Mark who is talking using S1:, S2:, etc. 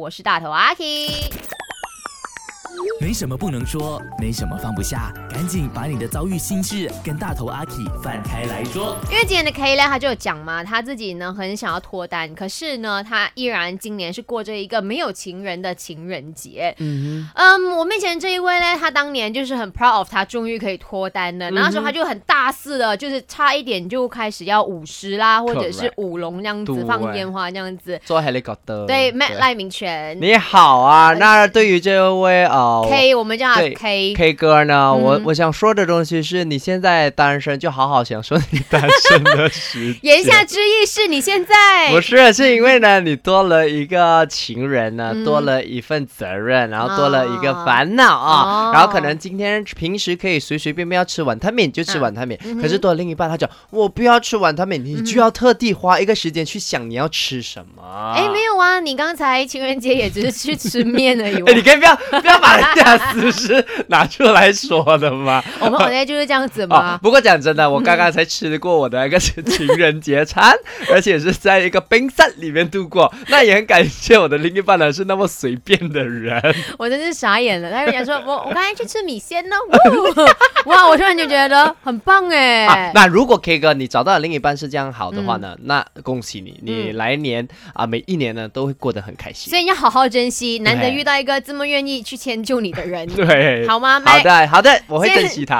S1: 我是大头阿 K，
S2: 没什么不能说，没什么放不下，赶紧把你的遭遇心事跟大头阿 K 放开来说。
S1: 因为今年的 K 呢，他就有讲嘛，他自己呢很想要脱单，可是呢，他依然今年是过着一个没有情人的情人节。
S3: 嗯
S1: 嗯，我面前这一位呢，他当年就是很 proud of 他终于可以脱单
S3: 嗯
S1: 了，那时候他就很大肆的，就是差一点就开始要舞狮啦，或者是
S3: Correct
S1: 舞龙这样子，
S3: 对
S1: 放烟花这样子。
S3: 哼，做 helicopter。
S1: 对，Matt 赖明全
S3: 你好啊。那对于这位哦
S1: K，我们叫他
S3: 对
S1: K。
S3: K 哥呢，我
S1: 嗯
S3: 我想说的东西是你现在单身，就好好享受你单身的时间。
S1: 言下之意是你现在
S3: 不是，是因为呢，你多了一个情人呢，
S1: 嗯
S3: 多了一份责任，然后多了一
S1: 啊
S3: 个烦恼啊，
S1: 哦
S3: 然后可能今天平时可以随随便便要吃碗汤面就吃碗汤面，
S1: 嗯嗯哼嗯
S3: 可是多了另一半，他讲我不要吃碗汤面，你就要特地花一个时间去想你要吃什么。
S1: 哎、没有啊，你刚才情人节也只是去吃面 而已嘛
S3: 哎，。你可以不要不要把人家私事拿出来说的 吗？
S1: 我们好像就是这样子
S3: 哦
S1: 嘛，。
S3: 不过讲真的，我刚刚才吃过我的一个情人节餐，而且是在一个冰室里面度过。那也很感谢我的另一半呢，是那么随便 的人。
S1: 我真是傻眼了。他就讲说，我我刚才去吃米线 呢，哇哇，我突然就觉得很棒哎、
S3: 啊，那如果 K 哥你找到的另一半是这样好的话呢，那恭喜你，你
S1: 嗯
S3: 来年啊每一年呢都会过得很开
S1: 所
S3: 心。
S1: 以要好好珍惜，难得
S3: 对
S1: 遇到一个这么愿意去迁就你的人，
S3: 对，
S1: 好吗？
S3: 好的好的，我会
S1: 现在
S3: 珍惜他。